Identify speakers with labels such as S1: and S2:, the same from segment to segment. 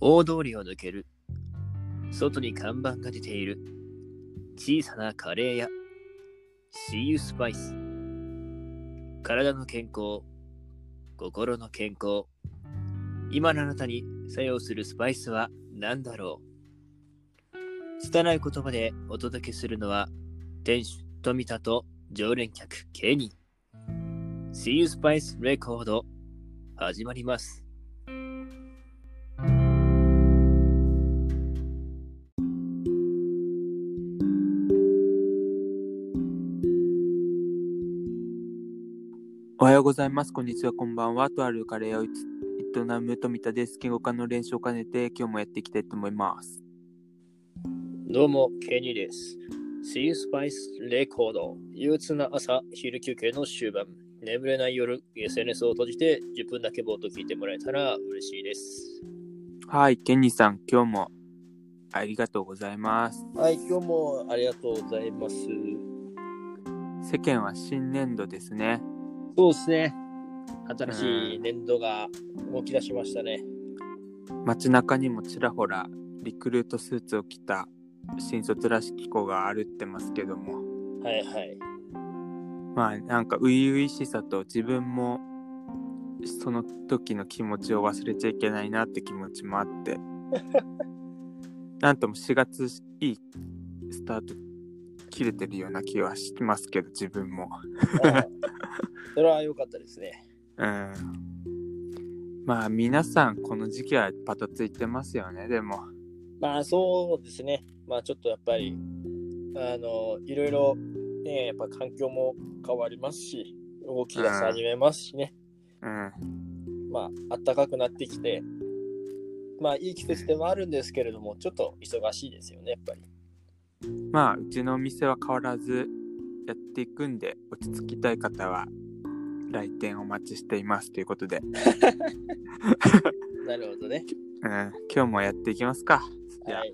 S1: 大通りを抜ける。外に看板が出ている。小さなカレー屋。See you spice。体の健康。心の健康。今のあなたに作用するスパイスは何だろう拙い言葉でお届けするのは店主富田と常連客ケニー See you Spice Record 始まります
S2: おはようございます。こんにちは。こんばんは。とあるカレーをいつ営む富田です。言語化の練習を兼ねて、今日もやっていきたいと思います。
S1: どうもケニーです See you Spice Record 憂鬱な朝昼休憩の終盤眠れない夜 SNS を閉じて10分だけぼーっと聞いてもらえたら嬉しいです
S2: はい、ケニーさん、今日もありがとうございます。
S1: はい今日もありがとうございます
S2: 世間は新年度ですね。
S1: そうですね。新しい年度が動き出しましたね。
S2: 街中にもちらほら、リクルートスーツを着た新卒らしき子が歩ってますけども、
S1: はいはい。
S2: まあ、なんか初々しさと自分もその時の気持ちを忘れちゃいけないなって気持ちもあってなんとも4月いいスタート切れてるような気はしますけど自分も
S1: ああそれは良かったですね。
S2: うんまあ皆さんこの時期はパタついてますよねでも
S1: まあそうですね。まあちょっとやっぱり、あの、いろいろね、やっぱ環境も変わりますし、動き出し始めますしね。
S2: うん
S1: まあ暖かくなってきて、まあいい季節でもあるんですけれども、ちょっと忙しいですよね、やっぱり。
S2: まあうちのお店は変わらずやっていくんで落ち着きたい方は来店お待ちしていますということで
S1: なるほどね。
S2: うん、今日もやっていきますか。じゃ
S1: はい。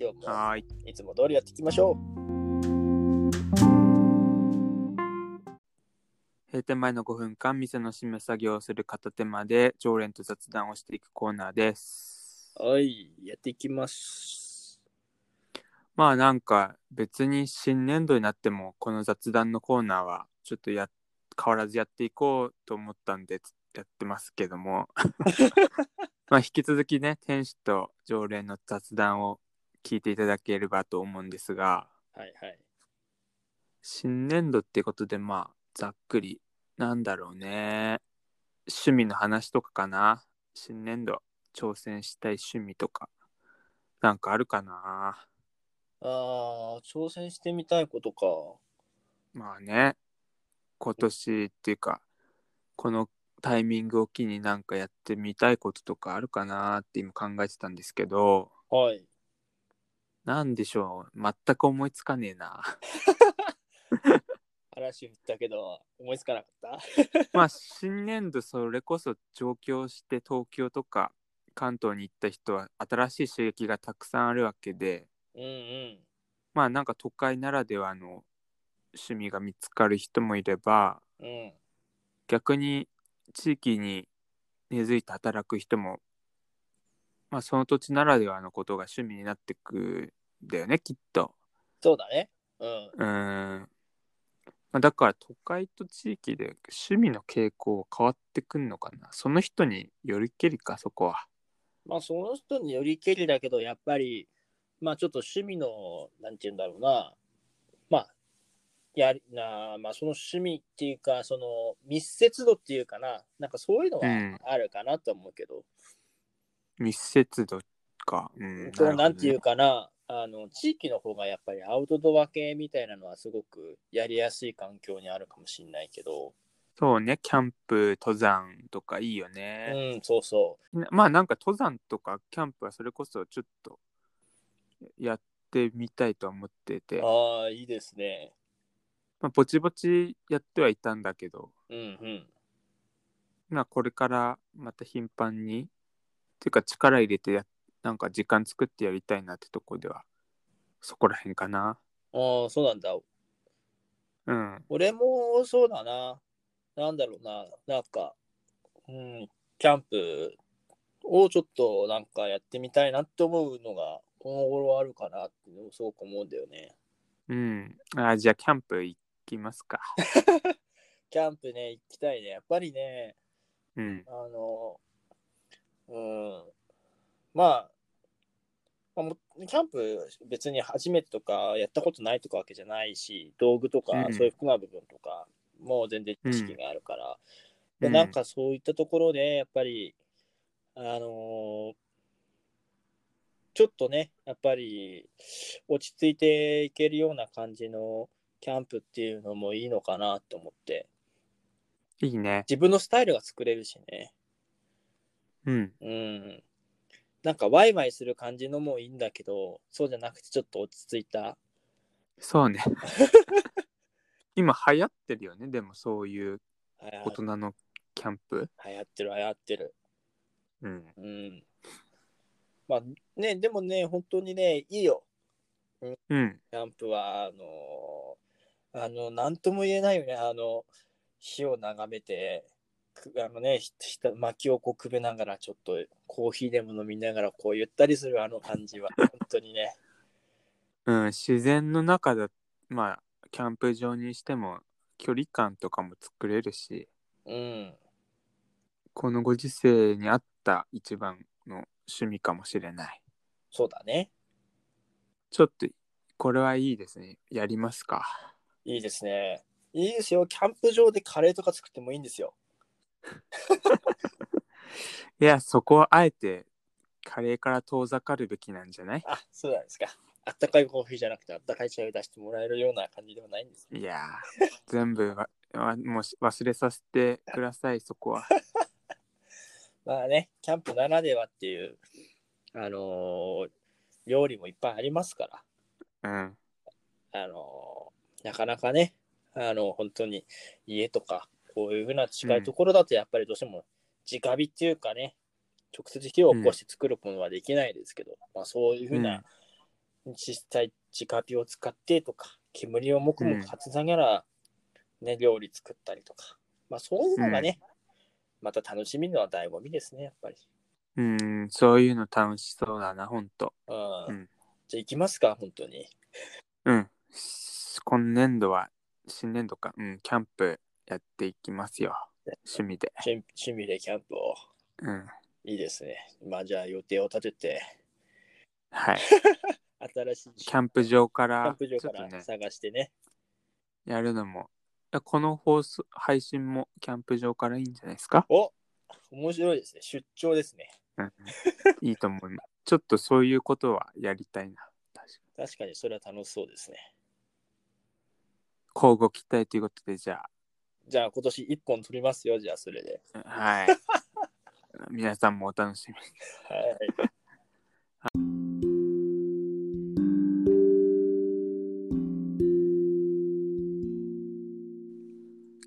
S1: 今日
S2: あ、
S1: も
S2: はーい。
S1: いつも通りやっていきましょ
S2: 閉店前の5分間、店の締め作業をする片手間で、常連と雑談をしていくコーナーです。
S1: う。はい、やっていきます。
S2: まあなんか、別に新年度になっても、この雑談のコーナーは、ちょっとや、変わらずやっていこうと思ったんで、やってますけども。 まあ引き続きね、店主と常連の雑談を聞いていただければと思うんですが、
S1: はいはい。
S2: 新年度ってことでまあざっくりなんだろうね趣味の話とかかな新年度挑戦したい趣味とかなんかあるかな
S1: ああ、挑戦してみたいことか。
S2: まあね今年っていうかこのタイミングを機になんかやってみたいこととかあるかなって今考えてたんですけど
S1: はい。
S2: なんでしょう全く思いつかねえな
S1: 話振ったけど、思いつかなかった
S2: まあ新年度それこそ上京して東京とか関東に行った人は新しい刺激がたくさんあるわけで
S1: うんうん。
S2: まあなんか都会ならではの趣味が見つかる人もいれば
S1: うん。
S2: 逆に地域に根付いて働く人もまあその土地ならではのことが趣味になってくんだよねきっと。
S1: そうだね。うん。
S2: うーんまあ、だから都会と地域で趣味の傾向は変わってくんのかなその人によりけりかそこは。
S1: まあ、その人によりけりだけど、やっぱり、まあ、ちょっと趣味の、なんて言うんだろうな。まあ、やりな、まあ、その趣味っていうか、その密接度っていうかな。なんかそういうのは
S2: うん
S1: あるかなと思うけど、
S2: 密接度か。うん、
S1: そのなんていう
S2: う
S1: かな。あの地域の方がやっぱりアウトドア系みたいなのはすごくやりやすい環境にあるかもしれないけど、
S2: そうねキャンプ登山とかいいよね、
S1: うん、そうそ
S2: なまあなんか登山とかキャンプはそれこそちょっとやってみたいとは思ってて
S1: う。ああ、いいですね。
S2: まあ、ぼちぼちやってはいたんだけど
S1: うんうん。
S2: まあこれからまた頻繁にっていうか力入れてやなんか時間作ってやりたいなってとこではそこら辺かな
S1: ああ、そうなんだ。
S2: うん
S1: 俺もそうだな。なんだろうな。なんか、うん、キャンプをちょっとなんかやってみたいなって思うのがこの頃あるかなっていうのをすごく思うんだよね。
S2: うん。あじゃあ、キャンプ行きますか。
S1: キャンプね行きたいね。やっぱりね
S2: うん。
S1: あのうんまあまあもキャンプ別に初めてとかやったことないとかわけじゃないし道具とか
S2: うん
S1: そういう服な部分とかもう全然知識があるから、で
S2: うん
S1: なんかそういったところでやっぱりあのーちょっとねやっぱり落ち着いていけるような感じのキャンプっていうのもいいのかなと思って
S2: いいね。
S1: 自分のスタイルが作れるしね
S2: うん。
S1: うんなんかワイワイする感じのもいいんだけどそうじゃなくてちょっと落ち着いた
S2: そうね。 今流行ってるよね。でも、そういう
S1: は
S2: 大人のキャンプ。
S1: や流行ってる流行ってる
S2: うん。
S1: うんまあねでもね本当にねいいよ
S2: うん。
S1: キャンプは、あのあの、なんとも言えないよね、あの、火を眺めて、くあのね、ひひた薪をこうくべながら、ちょっとコーヒーでも飲みながら、こう、ゆったりするあの感じは、本当にね、
S2: うん。自然の中だ、まあ、キャンプ場にしても、距離感とかも作れるし、
S1: うん、
S2: このご時世に合った一番の趣味かもしれない。
S1: そうだね、
S2: ちょっと、これはいいですね。やりますか。
S1: いいですね。いいですよ、キャンプ場でカレーとか作ってもいいんですよ。
S2: いや、そこはあえて、カレーから遠ざかるべきなんじゃない
S1: あ、そうなんですか。あったかいコーヒーじゃなくて、あったかいチャイを出してもらえるような感じではないんです。
S2: いやー、全部わわもうし忘れさせてください、そこは。
S1: まあね、キャンプならではっていう、あのー料理もいっぱいありますから。
S2: うん。
S1: あのなかなかね、あの本当に家とか、こういうふうな近いところだと、やっぱりどうしても直火っていうかね、直接火を起こして作るものはできないですけど、まあ、そういうふうな、実際直火を使ってとか、煙をもくもく発さながら、ね、料理作ったりとか、まあ、そういうのがね、また楽しみのは醍醐味ですね、やっぱり。
S2: うん、うんそういうの楽しそうだな、ほんと。
S1: う
S2: うんん、
S1: じゃあ行きますか、本当に。
S2: うん。し今年度は、新年度か、うん、キャンプやっていきますよ。趣味で。
S1: 趣趣味でキャンプを。
S2: うん。
S1: いいですね。まあじゃあ予定を立てて、
S2: はい。
S1: 新しい
S2: キャンプ場か
S1: キャン
S2: ら、
S1: プ
S2: ちょ
S1: 場
S2: っ
S1: か
S2: と
S1: ら
S2: ね、
S1: 探してね。
S2: やるのも、いやこの放送、配信もキャンプ場からいいんじゃないです か
S1: お面白いですね。出張ですね。
S2: うん。いいと思います。ちょっとそういうことはやりたいな。確かに
S1: 確かにそれは楽しそうですね。
S2: 交互期待ということで、じゃあ、
S1: じゃあ今年1本取りますよ、じゃあそれで。
S2: はい。皆さんもお楽しみに。
S1: はい。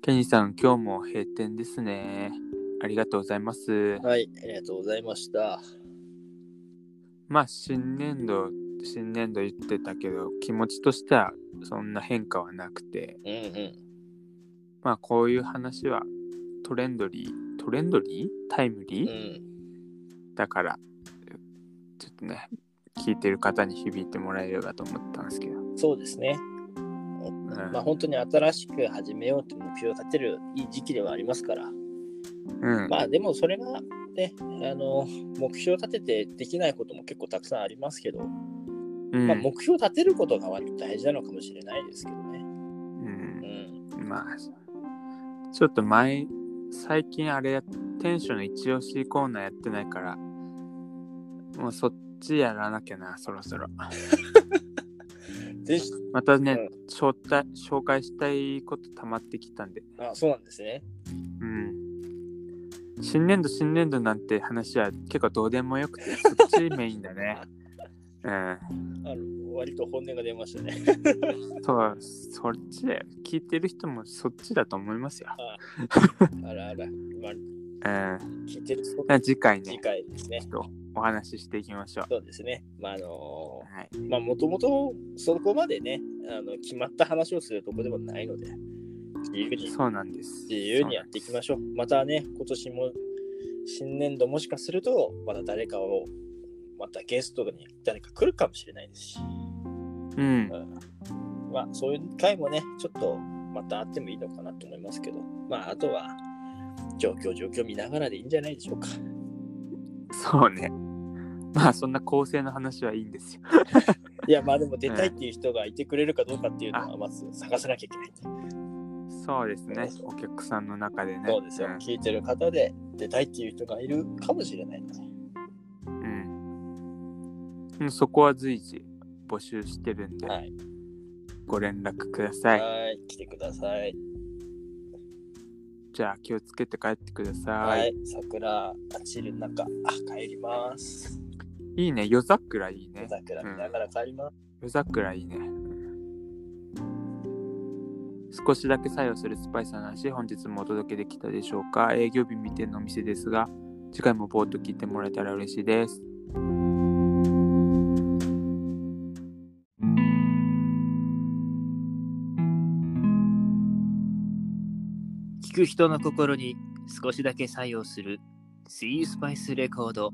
S2: ケニーさん、今日も閉店ですね。ありがとうございます。
S1: はい、ありがとうございました。
S2: まあ、新年度、新年度言ってたけど、気持ちとしてはそんな変化はなくて、
S1: うんうん。
S2: まあ、こういう話はトレンドリー、トレンドリータイム
S1: う
S2: リー
S1: ん。
S2: だから、ちょっとね、聞いてる方に響いてもらえればと思ったんですけど。
S1: そうですね。
S2: うん
S1: まあ本当に新しく始めようという目標を立てるいい時期ではありますから。
S2: うん、
S1: まあでもそれがね、あの、目標を立ててできないことも結構たくさんありますけど、
S2: うん
S1: まあ、目標を立てることが割と大事なのかもしれないですけどね。
S2: うん
S1: うん。
S2: まあ、ちょっと前、最近あれや、テンションの一押しコーナーやってないから、もうそっちやらなきゃな、そろそろ。
S1: ぜひ、
S2: またね、
S1: うん
S2: 紹介紹介したいこと溜まってきたんで、
S1: あ、そうなんですね。
S2: うん。新年度、新年度なんて話は結構どうでもよくて、そっちメインだね。うん。
S1: あの割と本音が出ましたね。
S2: そう、そっちだよ。聞いてる人もそっちだと思いますよ。
S1: あらあら、今
S2: うん。
S1: 聞いてる人
S2: 次回
S1: 次
S2: ね、
S1: 回ですね。
S2: お話ししていきましょう。
S1: そうですね。まあ、あの
S2: はい。
S1: ーまあ、もともとそこまでね、あの決まった話をするとこでもないので、自由に、
S2: そうなんです。
S1: 自由にやっていきましょう。またね、今年も新年度もしかすると、また誰かを、またゲストに誰か来るかもしれないですし、
S2: うん
S1: まあ、そういう回もね、ちょっとまたあってもいいのかなと思いますけど、まあ、あとは、状況状況見ながらでいいんじゃないでしょうか。
S2: そうねまあそんな構成の話はいいんですよ
S1: いや、まあでも出たいっていう人がいてくれるかどうかっていうのは、まず探さなきゃいけないんで。
S2: そうですねお客さんの中でね
S1: そうですよ、
S2: ん
S1: 聞いてる方で出たいっていう人がいるかもしれないので、
S2: うんうん、そこは随時募集してるんで、
S1: はい
S2: ご連絡くだ
S1: は
S2: さい。
S1: い来てください
S2: じゃあ気をつけて帰ってくださ。
S1: はい
S2: い、
S1: い桜落ちる中あ帰ります
S2: いね、夜桜いいね。
S1: 桜見ながら帰ります、
S2: 夜桜いいね。少しだけ作用するスパイスの話、本日もお届けできたでしょうか。営業日未定のお店ですが、次回もぼーっと聞いてもらえたら嬉しいです。
S3: 聞く人の心に少しだけ作用する See You Spice レコード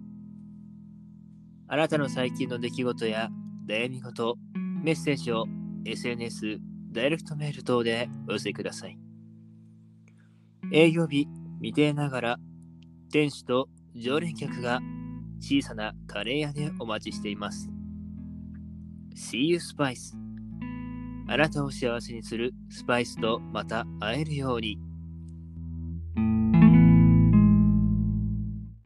S3: あなたの最近の出来事や悩み事メッセージを SNS ダイレクトメール等でお寄せください営業日未定ながら店主と常連客が小さなカレー屋でお待ちしています See You Spice あなたを幸せにするスパイスとまた会えるように